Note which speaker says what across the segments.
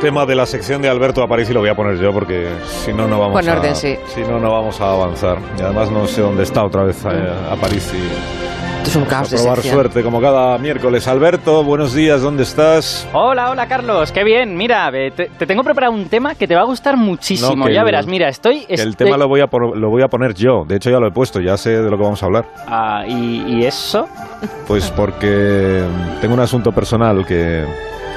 Speaker 1: tema de la sección de Alberto Aparici lo voy a poner yo porque si no no vamos
Speaker 2: Pon orden,
Speaker 1: a
Speaker 2: sí.
Speaker 1: si no no vamos a avanzar. Y además no sé dónde está otra vez eh, Aparici.
Speaker 2: Esto es un
Speaker 1: A
Speaker 2: caos de
Speaker 1: probar
Speaker 2: sección.
Speaker 1: suerte como cada miércoles. Alberto, buenos días, ¿dónde estás?
Speaker 3: Hola, hola Carlos, qué bien. Mira, ve, te, te tengo preparado un tema que te va a gustar muchísimo.
Speaker 1: No, que
Speaker 3: ya
Speaker 1: el-
Speaker 3: verás, mira, estoy. este
Speaker 1: Que El
Speaker 3: estoy-
Speaker 1: tema lo voy a por- lo voy a poner yo. De hecho ya lo he puesto, ya sé de lo que vamos a hablar.
Speaker 3: Ah, ¿y, y eso?
Speaker 1: Pues porque mm, tengo un asunto personal que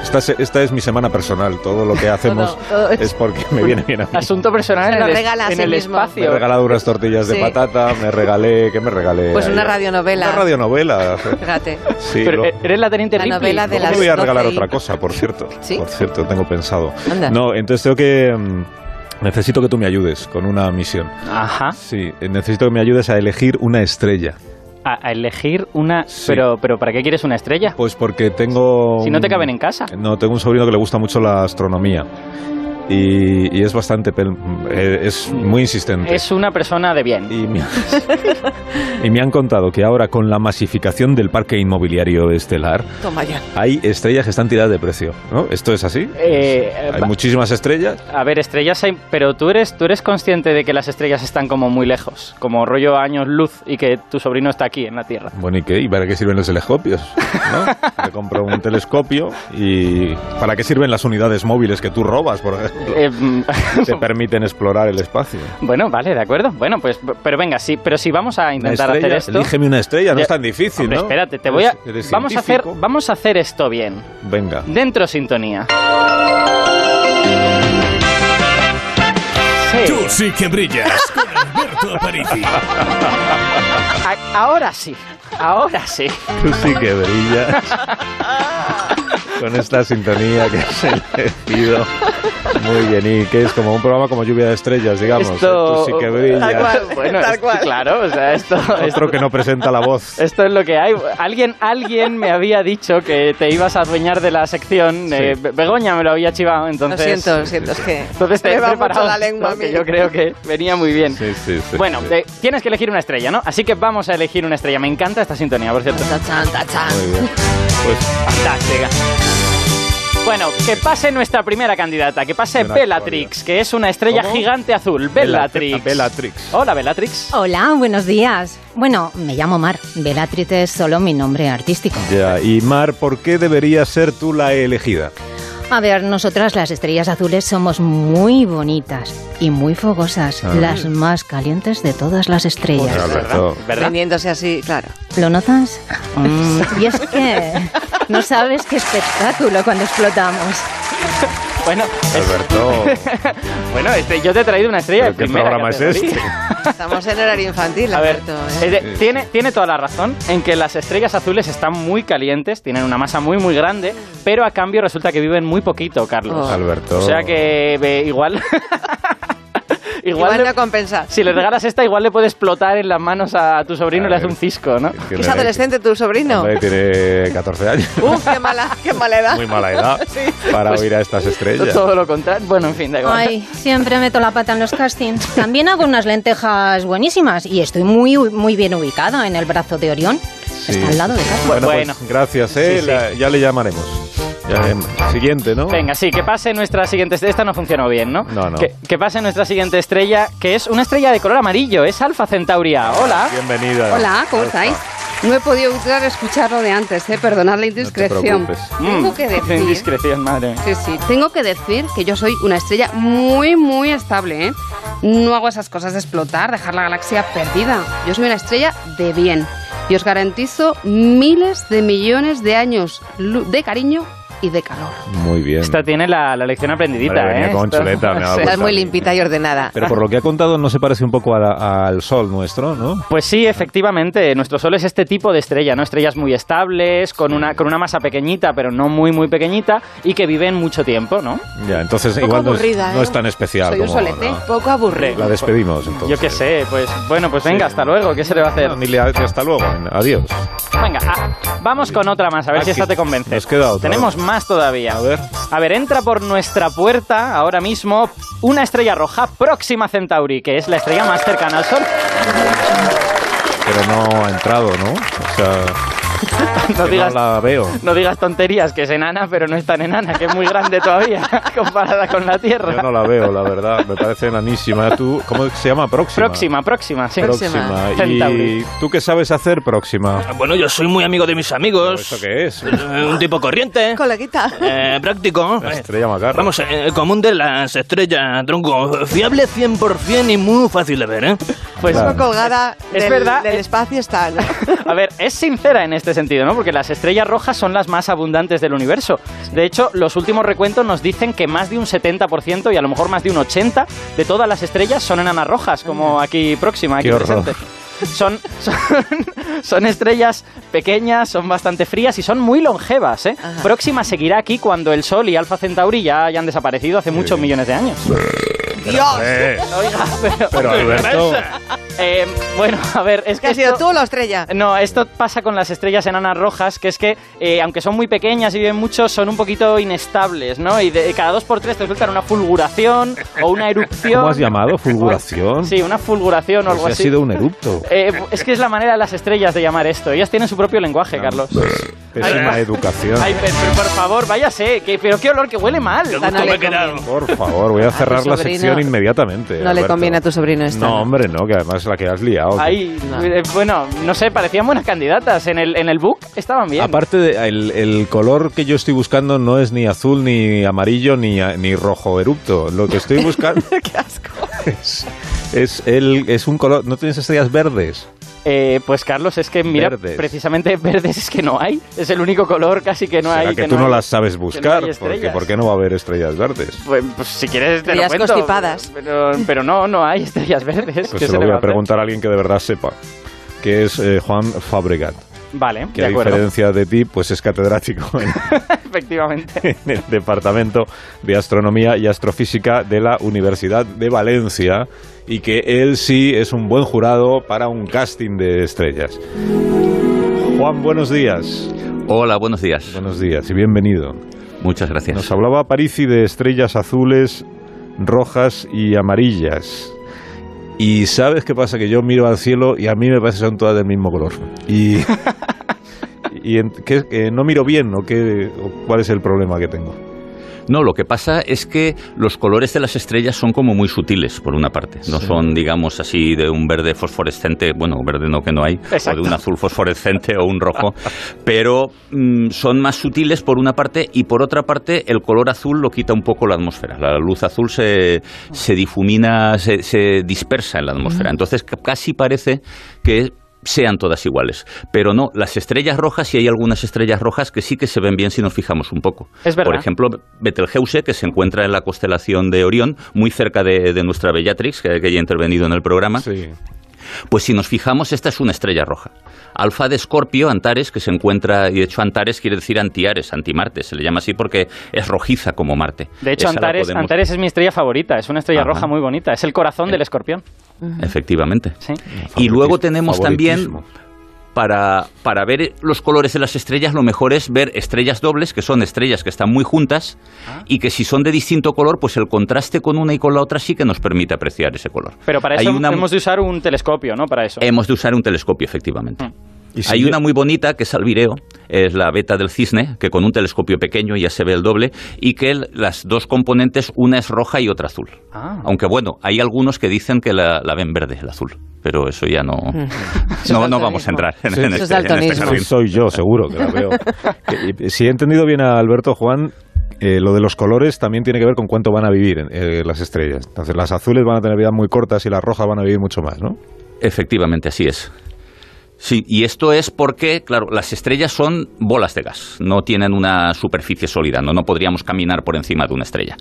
Speaker 1: esta, se- esta es mi semana personal. Todo lo que hacemos
Speaker 2: todo es-
Speaker 1: es porque me viene bien a mí.
Speaker 3: Asunto personal
Speaker 2: Se
Speaker 3: en
Speaker 2: lo
Speaker 3: el, es-
Speaker 2: regala a
Speaker 3: en
Speaker 2: sí
Speaker 3: el
Speaker 2: mismo.
Speaker 1: Me he
Speaker 3: espacio.
Speaker 1: regalado unas tortillas de
Speaker 2: Sí.
Speaker 1: patata, me regalé, ¿qué me regalé?
Speaker 2: Pues una
Speaker 1: ayer?
Speaker 2: radionovela.
Speaker 1: Una radionovela.
Speaker 2: Fíjate.
Speaker 1: Sí,
Speaker 3: Pero,
Speaker 1: lo-
Speaker 3: eh, ¿Eres la teniente
Speaker 2: La
Speaker 3: Ripley?
Speaker 2: novela de
Speaker 1: Luego
Speaker 2: las
Speaker 1: me voy a regalar
Speaker 2: 12 y-
Speaker 1: otra cosa, por cierto.
Speaker 2: ¿Sí?
Speaker 1: Por cierto, tengo pensado.
Speaker 2: Anda.
Speaker 1: No, entonces tengo que... mm, Necesito que tú me ayudes con una misión.
Speaker 3: Ajá.
Speaker 1: Sí, eh, necesito que me ayudes a elegir una estrella.
Speaker 3: A, a elegir una.
Speaker 1: Sí.
Speaker 3: Pero, pero ¿para qué quieres una estrella?
Speaker 1: Pues porque tengo...
Speaker 3: Si no te
Speaker 1: un- eh,
Speaker 3: caben en casa.
Speaker 1: No, tengo un sobrino que le gusta mucho la astronomía. Y, y es bastante... pel- eh, Es muy insistente.
Speaker 3: Es una persona de bien.
Speaker 1: Y me, y me han contado que ahora con la masificación del parque inmobiliario estelar
Speaker 2: Toma ya.
Speaker 1: hay estrellas que están tiradas de precio, ¿no? ¿Esto es así?
Speaker 3: Eh,
Speaker 1: hay
Speaker 3: va-
Speaker 1: muchísimas estrellas.
Speaker 3: A ver, estrellas hay, pero tú eres, tú eres consciente de que las estrellas están como muy lejos, como rollo años luz y que tu sobrino está aquí en la Tierra.
Speaker 1: Bueno, ¿y qué? ¿Y para qué sirven los telescopios? ¿No? Me compro un telescopio y ¿para qué sirven las unidades móviles que tú robas, por ejemplo?
Speaker 3: Eh, mm,
Speaker 1: que Te permiten explorar el espacio.
Speaker 3: Bueno, vale, de acuerdo. Bueno, pues, p- pero venga, sí, pero si vamos a
Speaker 1: Una
Speaker 3: intentar hacer
Speaker 1: estrella,
Speaker 3: esto.
Speaker 1: Elígeme una estrella, no
Speaker 3: Ya-
Speaker 1: es tan difícil,
Speaker 3: Hombre,
Speaker 1: ¿no?
Speaker 3: espérate, te voy a.
Speaker 1: Eres- eres
Speaker 3: Vamos a, hacer,
Speaker 1: científico.
Speaker 3: vamos a hacer esto bien.
Speaker 1: Venga.
Speaker 3: Dentro sintonía. Sí,
Speaker 4: Tú sí que brillas con Alberto Aparici.
Speaker 3: a- ahora sí, ahora sí.
Speaker 1: Tú sí que brillas. Con esta sintonía que has elegido. Muy bien, y que es como un programa como Lluvia de Estrellas, digamos. Eh, Tú
Speaker 3: esto.
Speaker 1: sí que brillas.
Speaker 3: Tal cual, Bueno,
Speaker 2: Tal
Speaker 3: esto-
Speaker 2: cual.
Speaker 3: claro, o sea, esto. esto-
Speaker 1: Otro que no presenta la voz.
Speaker 3: Esto es lo que hay. Alguien, alguien me había dicho que te ibas a adueñar de la sección.
Speaker 1: Sí.
Speaker 3: eh, Be- Begoña me lo había chivado,
Speaker 2: Lo
Speaker 3: entonces.
Speaker 2: siento, lo siento. Es que
Speaker 3: Entonces te
Speaker 2: me
Speaker 3: he
Speaker 2: va
Speaker 3: preparado
Speaker 2: mucho la
Speaker 3: esto,
Speaker 2: lengua a
Speaker 3: que
Speaker 2: mí.
Speaker 3: yo creo que venía muy bien.
Speaker 1: Sí, sí, sí.
Speaker 3: bueno,
Speaker 1: sí.
Speaker 3: eh, tienes que elegir una estrella, ¿no? Así que vamos a elegir una estrella. Me encanta esta sintonía, por cierto.
Speaker 2: Tachán, tachán.
Speaker 1: Muy bien. Pues,
Speaker 3: Fantástica. Bueno, que pase nuestra primera candidata, que pase
Speaker 1: Buena
Speaker 3: Bellatrix, que es una estrella
Speaker 1: ¿Cómo?
Speaker 3: gigante azul. Bellatrix.
Speaker 1: Bellatrix.
Speaker 3: Hola, Bellatrix.
Speaker 2: Oh.
Speaker 5: Hola, buenos días. Bueno, me llamo Mar. Beatriz es solo mi nombre artístico.
Speaker 1: ya, y Mar, ¿por qué deberías ser tú la elegida?
Speaker 5: A ver, nosotras las estrellas azules somos muy bonitas y muy fogosas,
Speaker 1: Ah.
Speaker 5: las más calientes de todas las estrellas.
Speaker 1: Ostras. Alberto.
Speaker 3: ¿Verdad?
Speaker 2: Vendiéndose así, claro.
Speaker 5: ¿Lo notas? Mm, y es que no sabes qué espectáculo cuando explotamos.
Speaker 3: Bueno,
Speaker 1: Alberto,
Speaker 3: bueno, este, yo te he traído una estrella.
Speaker 1: ¿pero
Speaker 3: de
Speaker 1: ¿qué
Speaker 3: primera
Speaker 1: programa es
Speaker 3: categoría.
Speaker 1: este?
Speaker 2: Estamos en horario infantil,
Speaker 3: A ver,
Speaker 2: Alberto.
Speaker 3: es
Speaker 2: ¿eh?
Speaker 3: de- tiene, tiene toda la razón en que las estrellas azules están muy calientes, tienen una masa muy, muy grande, pero a cambio resulta que viven muy poquito, Carlos.
Speaker 2: Oh.
Speaker 1: Alberto.
Speaker 3: O sea que ve, igual... igual
Speaker 2: Igual
Speaker 3: le-
Speaker 2: no compensa.
Speaker 3: si le regalas esta, igual le puede explotar en las manos a tu sobrino
Speaker 1: A
Speaker 3: y le hace
Speaker 1: ver.
Speaker 3: un cisco, ¿no?
Speaker 1: Que
Speaker 2: ¿Que ¿Es
Speaker 1: me-
Speaker 2: adolescente tu sobrino?
Speaker 1: Hombre, Tiene 14 años.
Speaker 2: Uf, qué mala, qué mala edad.
Speaker 1: Muy mala edad para
Speaker 2: Pues
Speaker 1: oír a estas estrellas.
Speaker 3: Todo lo contrario. Bueno, en fin, da igual.
Speaker 5: Ay, siempre meto la pata en los castings. También hago unas lentejas buenísimas y estoy muy, muy bien ubicada en el brazo de Orión.
Speaker 1: Sí.
Speaker 5: Está al lado de casa.
Speaker 1: Bueno, pues,
Speaker 3: Bueno.
Speaker 1: gracias, ¿eh?
Speaker 3: Sí, sí.
Speaker 1: La- ya le llamaremos. Ya, eh, siguiente, ¿no?
Speaker 3: Venga, sí, que pase nuestra siguiente estrella. Esta no funcionó bien, ¿no?
Speaker 1: No, no.
Speaker 3: Que, que pase nuestra siguiente estrella, que es una estrella de color amarillo, es Alfa Centauria. Hola.
Speaker 1: Bienvenida.
Speaker 6: Hola, ¿cómo estáis? No he podido entrar a escuchar lo de antes, ¿eh? perdonad la indiscreción.
Speaker 1: preocupes.
Speaker 6: tengo que
Speaker 3: qué
Speaker 6: decir,
Speaker 3: Mm. Indiscreción, madre mía.
Speaker 6: sí, sí, tengo que decir que yo soy una estrella muy, muy estable. ¿eh? No hago esas cosas de explotar, dejar la galaxia perdida. Yo soy una estrella de bien y os garantizo miles de millones de años lu- de cariño y de calor.
Speaker 1: Muy bien.
Speaker 3: Esta tiene la, la lección aprendidita,
Speaker 1: Madre, Em, venía
Speaker 3: ¿eh?
Speaker 1: con
Speaker 3: Esta-
Speaker 1: chuleta, me pues. ha dado
Speaker 3: Sí.
Speaker 1: cuenta.
Speaker 2: Estás muy limpita y ordenada.
Speaker 1: Pero por lo que ha contado, no se parece un poco a la- al sol nuestro, ¿no?
Speaker 3: Pues sí, efectivamente, nuestro Sol es este tipo de estrella, ¿no? Estrellas muy estables, con una, con una masa pequeñita, pero no muy, muy pequeñita, y que viven mucho tiempo, ¿no?
Speaker 1: Ya, entonces
Speaker 2: Un poco
Speaker 1: igual no es,
Speaker 2: aburrida,
Speaker 1: no
Speaker 2: ¿eh?
Speaker 1: es tan especial.
Speaker 6: Soy un
Speaker 1: como,
Speaker 6: solete.
Speaker 1: ¿no?
Speaker 2: Poco aburrido.
Speaker 1: La despedimos, entonces.
Speaker 3: Yo qué sé, pues bueno, pues venga, hasta luego, ¿qué se le va a hacer?
Speaker 1: No, ni le- hasta luego. Adiós.
Speaker 3: Venga, ah, vamos con otra más, a ver
Speaker 1: Ah,
Speaker 3: si esta
Speaker 1: sí.
Speaker 3: te convence.
Speaker 1: Nos queda otra. eh.
Speaker 3: Tenemos más todavía.
Speaker 1: A ver.
Speaker 3: A ver, entra por nuestra puerta ahora mismo una estrella roja próxima a Centauri, que es la estrella más cercana al Sol.
Speaker 1: Pero no ha entrado, ¿no? O sea,
Speaker 3: No
Speaker 1: que no
Speaker 3: digas,
Speaker 1: la veo.
Speaker 3: no digas tonterías, que es enana, pero no es tan enana, que es muy grande todavía comparada con la Tierra.
Speaker 1: Yo no la veo, la verdad. Me parece enanísima. ¿Tú, ¿Cómo se llama? Próxima.
Speaker 3: Próxima, próxima, sí.
Speaker 1: Próxima.
Speaker 3: Centauri.
Speaker 1: ¿Y tú qué sabes hacer, Próxima?
Speaker 7: Bueno, yo soy muy amigo de mis amigos.
Speaker 1: ¿Eso qué es? Pues
Speaker 7: Eh, un tipo corriente.
Speaker 2: Coleguita.
Speaker 7: eh, práctico.
Speaker 1: La estrella Macarra.
Speaker 7: Vamos, eh, común de las estrellas, tronco. Fiable 100% y muy fácil de ver, ¿eh?
Speaker 3: Pues
Speaker 1: Claro.
Speaker 2: Poco colgada
Speaker 3: Es
Speaker 2: del,
Speaker 3: verdad,
Speaker 2: del
Speaker 3: eh.
Speaker 2: espacio está. ¿no?
Speaker 3: A ver, es sincera en este sentido, ¿no? Porque las estrellas rojas son las más abundantes del universo. De hecho, los últimos recuentos nos dicen que más de un 70% y a lo mejor más de un 80% de todas las estrellas son enanas rojas, como aquí próxima, aquí
Speaker 1: Qué horror.
Speaker 3: presente. Son, son, son estrellas pequeñas, son bastante frías y son muy longevas. ¿eh?
Speaker 2: Ajá.
Speaker 3: Próxima seguirá aquí cuando el Sol y Alfa Centauri ya hayan desaparecido hace muchos
Speaker 1: bien.
Speaker 3: millones de años.
Speaker 2: Dios.
Speaker 1: Eh,
Speaker 3: Oiga, pero-
Speaker 1: pero Alberto,
Speaker 3: eh, bueno, a ver, es que.
Speaker 2: ¿Qué ha sido
Speaker 3: esto-
Speaker 2: tú o la estrella?
Speaker 3: no, esto pasa con las estrellas enanas rojas, que es que, eh, aunque son muy pequeñas y viven mucho, son un poquito inestables, ¿no? Y de, cada dos por tres te sueltan una fulguración o una erupción.
Speaker 1: ¿cómo has llamado? ¿Fulguración?
Speaker 3: Sí, una fulguración o
Speaker 1: Pues
Speaker 3: algo
Speaker 1: ha
Speaker 3: así.
Speaker 1: sido un erupto.
Speaker 3: Eh, es que es la manera de las estrellas de llamar esto. Ellas tienen su propio lenguaje, Carlos.
Speaker 1: Es
Speaker 3: Ay,
Speaker 1: una
Speaker 3: va.
Speaker 1: educación.
Speaker 3: Ay, pero, pero por favor, váyase. Que, pero qué olor, que huele mal.
Speaker 7: Qué
Speaker 2: Tan
Speaker 7: gusto me he
Speaker 2: alegre.
Speaker 7: quedado.
Speaker 1: Por favor, voy a cerrar la
Speaker 2: sobrino
Speaker 1: sección inmediatamente.
Speaker 2: no le
Speaker 1: Alberto.
Speaker 2: conviene a tu sobrino esto,
Speaker 1: No,
Speaker 2: ¿no?
Speaker 1: hombre, no, que además la que has liado.
Speaker 3: Ay,
Speaker 2: No.
Speaker 3: eh, bueno, no sé, parecían buenas candidatas. En el, en el book estaban bien.
Speaker 1: Aparte, de- el, el color que yo estoy buscando no es ni azul, ni amarillo, ni, a- ni rojo erupto. Lo que estoy buscando
Speaker 2: Qué asco.
Speaker 1: es, es el, es un color... ¿No tienes estrellas verdes?
Speaker 3: Eh, pues Carlos, es que mira,
Speaker 1: Verdes.
Speaker 3: precisamente verdes es que no hay. Es el único color casi que no
Speaker 1: ¿Será
Speaker 3: hay.
Speaker 1: que, tú no,
Speaker 3: hay.
Speaker 1: las sabes buscar? porque
Speaker 3: estrellas.
Speaker 1: ¿Por qué no va a haber estrellas verdes?
Speaker 3: Pues, pues si quieres te lo
Speaker 2: Estrellas
Speaker 3: cuento.
Speaker 2: constipadas.
Speaker 3: Pero, pero no, no hay estrellas verdes.
Speaker 1: Pues se
Speaker 3: ¿Qué se
Speaker 1: lo
Speaker 3: le
Speaker 1: voy
Speaker 3: va
Speaker 1: a
Speaker 3: hacer?
Speaker 1: preguntar a alguien que de verdad sepa. Que es eh, Juan Fabregat.
Speaker 3: Vale,
Speaker 1: Que
Speaker 3: de
Speaker 1: a
Speaker 3: acuerdo.
Speaker 1: diferencia de ti, pues es catedrático en-
Speaker 3: Efectivamente.
Speaker 1: en el Departamento de Astronomía y Astrofísica de la Universidad de Valencia y que él sí es un buen jurado para un casting de estrellas. Juan, buenos días.
Speaker 8: Hola, buenos días.
Speaker 1: Buenos días y bienvenido.
Speaker 8: Muchas
Speaker 1: Nos
Speaker 8: gracias.
Speaker 1: hablaba Parisi de estrellas azules, rojas y amarillas. Y sabes qué pasa, que yo miro al cielo y a mí me parece que son todas del mismo color. Y, y en- ¿qué- que no miro bien o, qué, o cuál es el problema que tengo.
Speaker 8: No, lo que pasa es que los colores de las estrellas son como muy sutiles, por una parte. No
Speaker 1: Sí.
Speaker 8: son, digamos, así de un verde fosforescente, bueno, verde no que no hay, o
Speaker 3: Exacto.
Speaker 8: de un azul fosforescente o un rojo, pero mm, son más sutiles por una parte y por otra parte el color azul lo quita un poco la atmósfera. La luz azul se, se difumina, se, se dispersa en la atmósfera. Entonces ca- casi parece que sean todas iguales. Pero no, las estrellas rojas, y hay algunas estrellas rojas que sí que se ven bien si nos fijamos un poco.
Speaker 3: Es verdad.
Speaker 8: Por ejemplo, Betelgeuse, que se encuentra en la constelación de Orión, muy cerca de, de nuestra Bellatrix, que, que ya ha intervenido en el programa.
Speaker 1: Sí.
Speaker 8: Pues si nos fijamos, esta es una estrella roja. Alfa de Escorpio, Antares, que se encuentra, y de hecho Antares quiere decir antiares, antimarte, se le llama así porque es rojiza como Marte.
Speaker 3: De hecho,
Speaker 8: Esa la
Speaker 3: Antares,
Speaker 8: podemos-
Speaker 3: Antares es mi estrella favorita. Es una estrella
Speaker 8: Ajá.
Speaker 3: roja muy bonita. Es el corazón
Speaker 8: Eh.
Speaker 3: del escorpión.
Speaker 8: Efectivamente.
Speaker 3: Sí.
Speaker 8: Y luego tenemos también,
Speaker 1: Favoritismo.
Speaker 8: para, para ver los colores de las estrellas, lo mejor es ver estrellas dobles, que son estrellas que están muy juntas
Speaker 3: Ah.
Speaker 8: y que si son de distinto color, pues el contraste con una y con la otra sí que nos permite apreciar ese color.
Speaker 3: Pero para
Speaker 8: Hay
Speaker 3: eso
Speaker 8: una-
Speaker 3: hemos de usar un telescopio, ¿no? Para
Speaker 1: Eh,
Speaker 3: eso.
Speaker 8: Hemos de usar un telescopio, efectivamente.
Speaker 1: Y si
Speaker 8: Hay
Speaker 1: yo-
Speaker 8: una muy bonita que es Alvireo, es la beta del cisne, que con un telescopio pequeño ya se ve el doble, y que el- las dos componentes, una es roja y otra azul.
Speaker 3: Ah.
Speaker 8: Aunque bueno, hay algunos que dicen que la, la ven verde, el azul. Pero eso ya no, no, no vamos a entrar en,
Speaker 1: Sí,
Speaker 8: en
Speaker 2: eso es
Speaker 8: este, en este
Speaker 2: daltonismo.
Speaker 8: jardín.
Speaker 1: Sí, soy yo, seguro que la veo. Que- y- si he entendido bien a Alberto Juan, eh, lo de los colores también tiene que ver con cuánto van a vivir eh, las estrellas. Entonces, las azules van a tener vidas muy cortas y las rojas van a vivir mucho más, ¿no?
Speaker 8: Efectivamente, así es. Sí, y esto es porque, claro, las estrellas son bolas de gas, no tienen una superficie sólida, no, no podríamos caminar por encima de una estrella.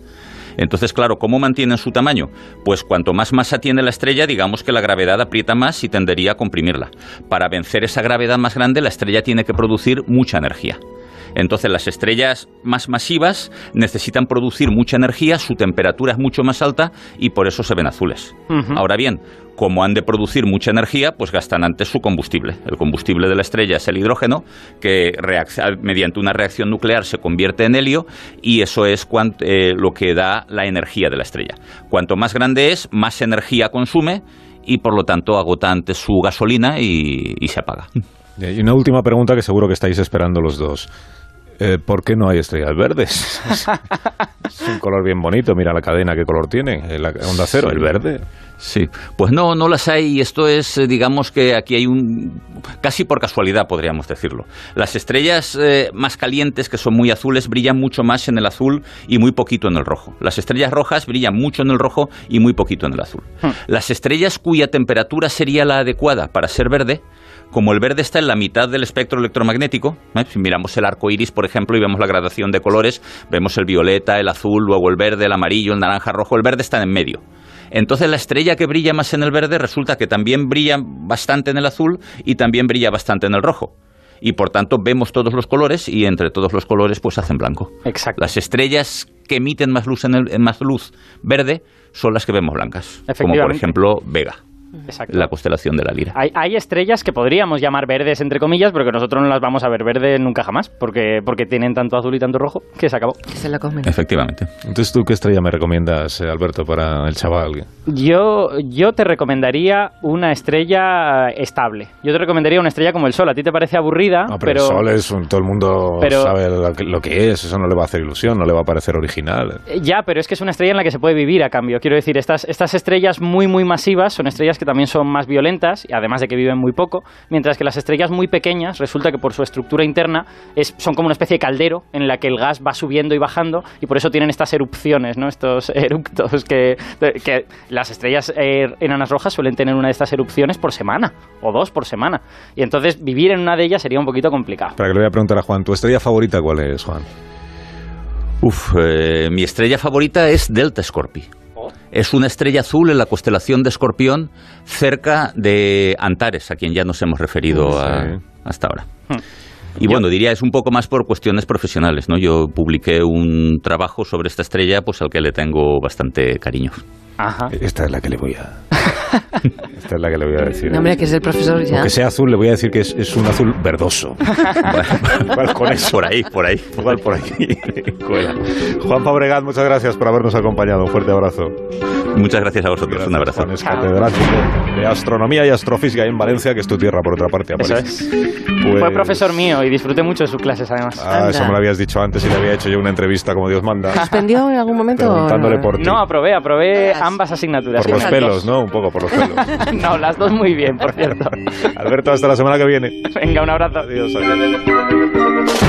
Speaker 8: Entonces, claro, ¿cómo mantienen su tamaño? Pues cuanto más masa tiene la estrella, digamos que la gravedad aprieta más y tendería a comprimirla. Para vencer esa gravedad más grande, la estrella tiene que producir mucha energía. Entonces las estrellas más masivas necesitan producir mucha energía, su temperatura es mucho más alta y por eso se ven azules.
Speaker 3: Ujú.
Speaker 8: Ahora bien, como han de producir mucha energía, pues gastan antes su combustible. El combustible de la estrella es el hidrógeno, que reac- a- mediante una reacción nuclear se convierte en helio y eso es cuan- eh, lo que da la energía de la estrella. Cuanto más grande es, más energía consume y por lo tanto agota antes su gasolina y- y se apaga.
Speaker 1: Eh, Y una última pregunta que seguro que estáis esperando los dos. Eh, ¿Por qué no hay estrellas verdes? es un color bien bonito, mira la cadena, qué color tiene. Eh, La onda cero,
Speaker 8: Sí.
Speaker 1: el verde.
Speaker 8: Sí, pues no, no las hay y esto es, eh, digamos que aquí hay un, casi por casualidad podríamos decirlo. Las estrellas eh, más calientes, que son muy azules, brillan mucho más en el azul y muy poquito en el rojo. Las estrellas rojas brillan mucho en el rojo y muy poquito en el azul. Las estrellas cuya temperatura sería la adecuada para ser verde, como el verde está en la mitad del espectro electromagnético, ¿eh? si miramos el arco iris, por ejemplo, y vemos la gradación de colores, vemos el violeta, el azul, luego el verde, el amarillo, el naranja, rojo, el verde está en medio. Entonces la estrella que brilla más en el verde resulta que también brilla bastante en el azul y también brilla bastante en el rojo. Y por tanto vemos todos los colores y entre todos los colores pues hacen blanco.
Speaker 3: Exacto.
Speaker 8: Las estrellas que emiten más luz, en el- en más luz verde son las que vemos blancas, como por
Speaker 3: Efectivamente.
Speaker 8: ejemplo Vega,
Speaker 3: Exacto.
Speaker 8: la constelación de la lira.
Speaker 3: Hay, hay estrellas que podríamos llamar verdes, entre comillas, pero que nosotros no las vamos a ver verdes nunca jamás, porque, porque tienen tanto azul y tanto rojo que se acabó.
Speaker 2: Que se la comen.
Speaker 8: Efectivamente.
Speaker 1: Entonces, ¿tú qué estrella me recomiendas, eh, Alberto, para el chaval?
Speaker 3: Yo, yo te recomendaría una estrella estable. Yo te recomendaría una estrella como el Sol. A ti te parece aburrida,
Speaker 1: No, Ah, pero,
Speaker 3: Ah, pero...
Speaker 1: el sol es un- todo el mundo
Speaker 3: pero-
Speaker 1: sabe lo que, lo que es, eso no le va a hacer ilusión, no le va a parecer original.
Speaker 3: Eh, Ya, pero es que es una estrella en la que se puede vivir a cambio. Quiero decir, estas, estas estrellas muy, muy masivas son estrellas que también son más violentas, y además de que viven muy poco, mientras que las estrellas muy pequeñas resulta que por su estructura interna es, son como una especie de caldero en la que el gas va subiendo y bajando, y por eso tienen estas erupciones, ¿no? estos eructos que, que las estrellas eh, enanas rojas suelen tener una de estas erupciones por semana, o dos por semana. Y entonces vivir en una de ellas sería un poquito complicado.
Speaker 1: Para que le voy a preguntar a Juan, ¿tu estrella favorita cuál es, Juan?
Speaker 8: Uf, eh, mi estrella favorita es Delta Scorpi.
Speaker 1: Oh.
Speaker 8: Es una estrella azul en la constelación de Escorpión, cerca de Antares, a quien ya nos hemos referido a-
Speaker 1: Sí. Hmm.
Speaker 8: hasta ahora. Y bueno, diría es un poco más por cuestiones profesionales, ¿no? Yo publiqué un trabajo sobre esta estrella, pues al que le tengo bastante cariño.
Speaker 3: Ajá.
Speaker 1: Esta es la que le voy a. Esta es la que le voy a decir.
Speaker 2: No, hombre, que es el profesor ya.
Speaker 1: Aunque sea azul, le voy a decir que es, es un azul verdoso. Igual con eso.
Speaker 8: Por ahí, por ahí.
Speaker 1: Igual por aquí. Cuela. Juan Fabregat, muchas gracias por habernos acompañado. Un fuerte abrazo.
Speaker 8: Muchas gracias a vosotros. un abrazo.
Speaker 1: Juan es catedrático de astronomía y astrofísica en Valencia, que es tu tierra, por otra parte. a
Speaker 3: Eso
Speaker 1: París.
Speaker 3: es.
Speaker 1: Pues-
Speaker 3: Fue profesor mío y disfruté mucho de sus clases, además.
Speaker 1: Ah, eso me lo habías dicho antes y le había hecho yo una entrevista como Dios manda,
Speaker 2: ¿Suspendió en algún momento? o no?
Speaker 1: preguntándole por ti.
Speaker 3: No, aprobé, aprobé
Speaker 2: Todas.
Speaker 3: ambas asignaturas.
Speaker 1: por los
Speaker 3: Las
Speaker 1: pelos, ¿no? Un poco por los pelos.
Speaker 3: dos. No, las dos muy bien, por cierto.
Speaker 1: Alberto, hasta la semana que viene.
Speaker 3: Venga, un abrazo.
Speaker 1: Adiós, adiós.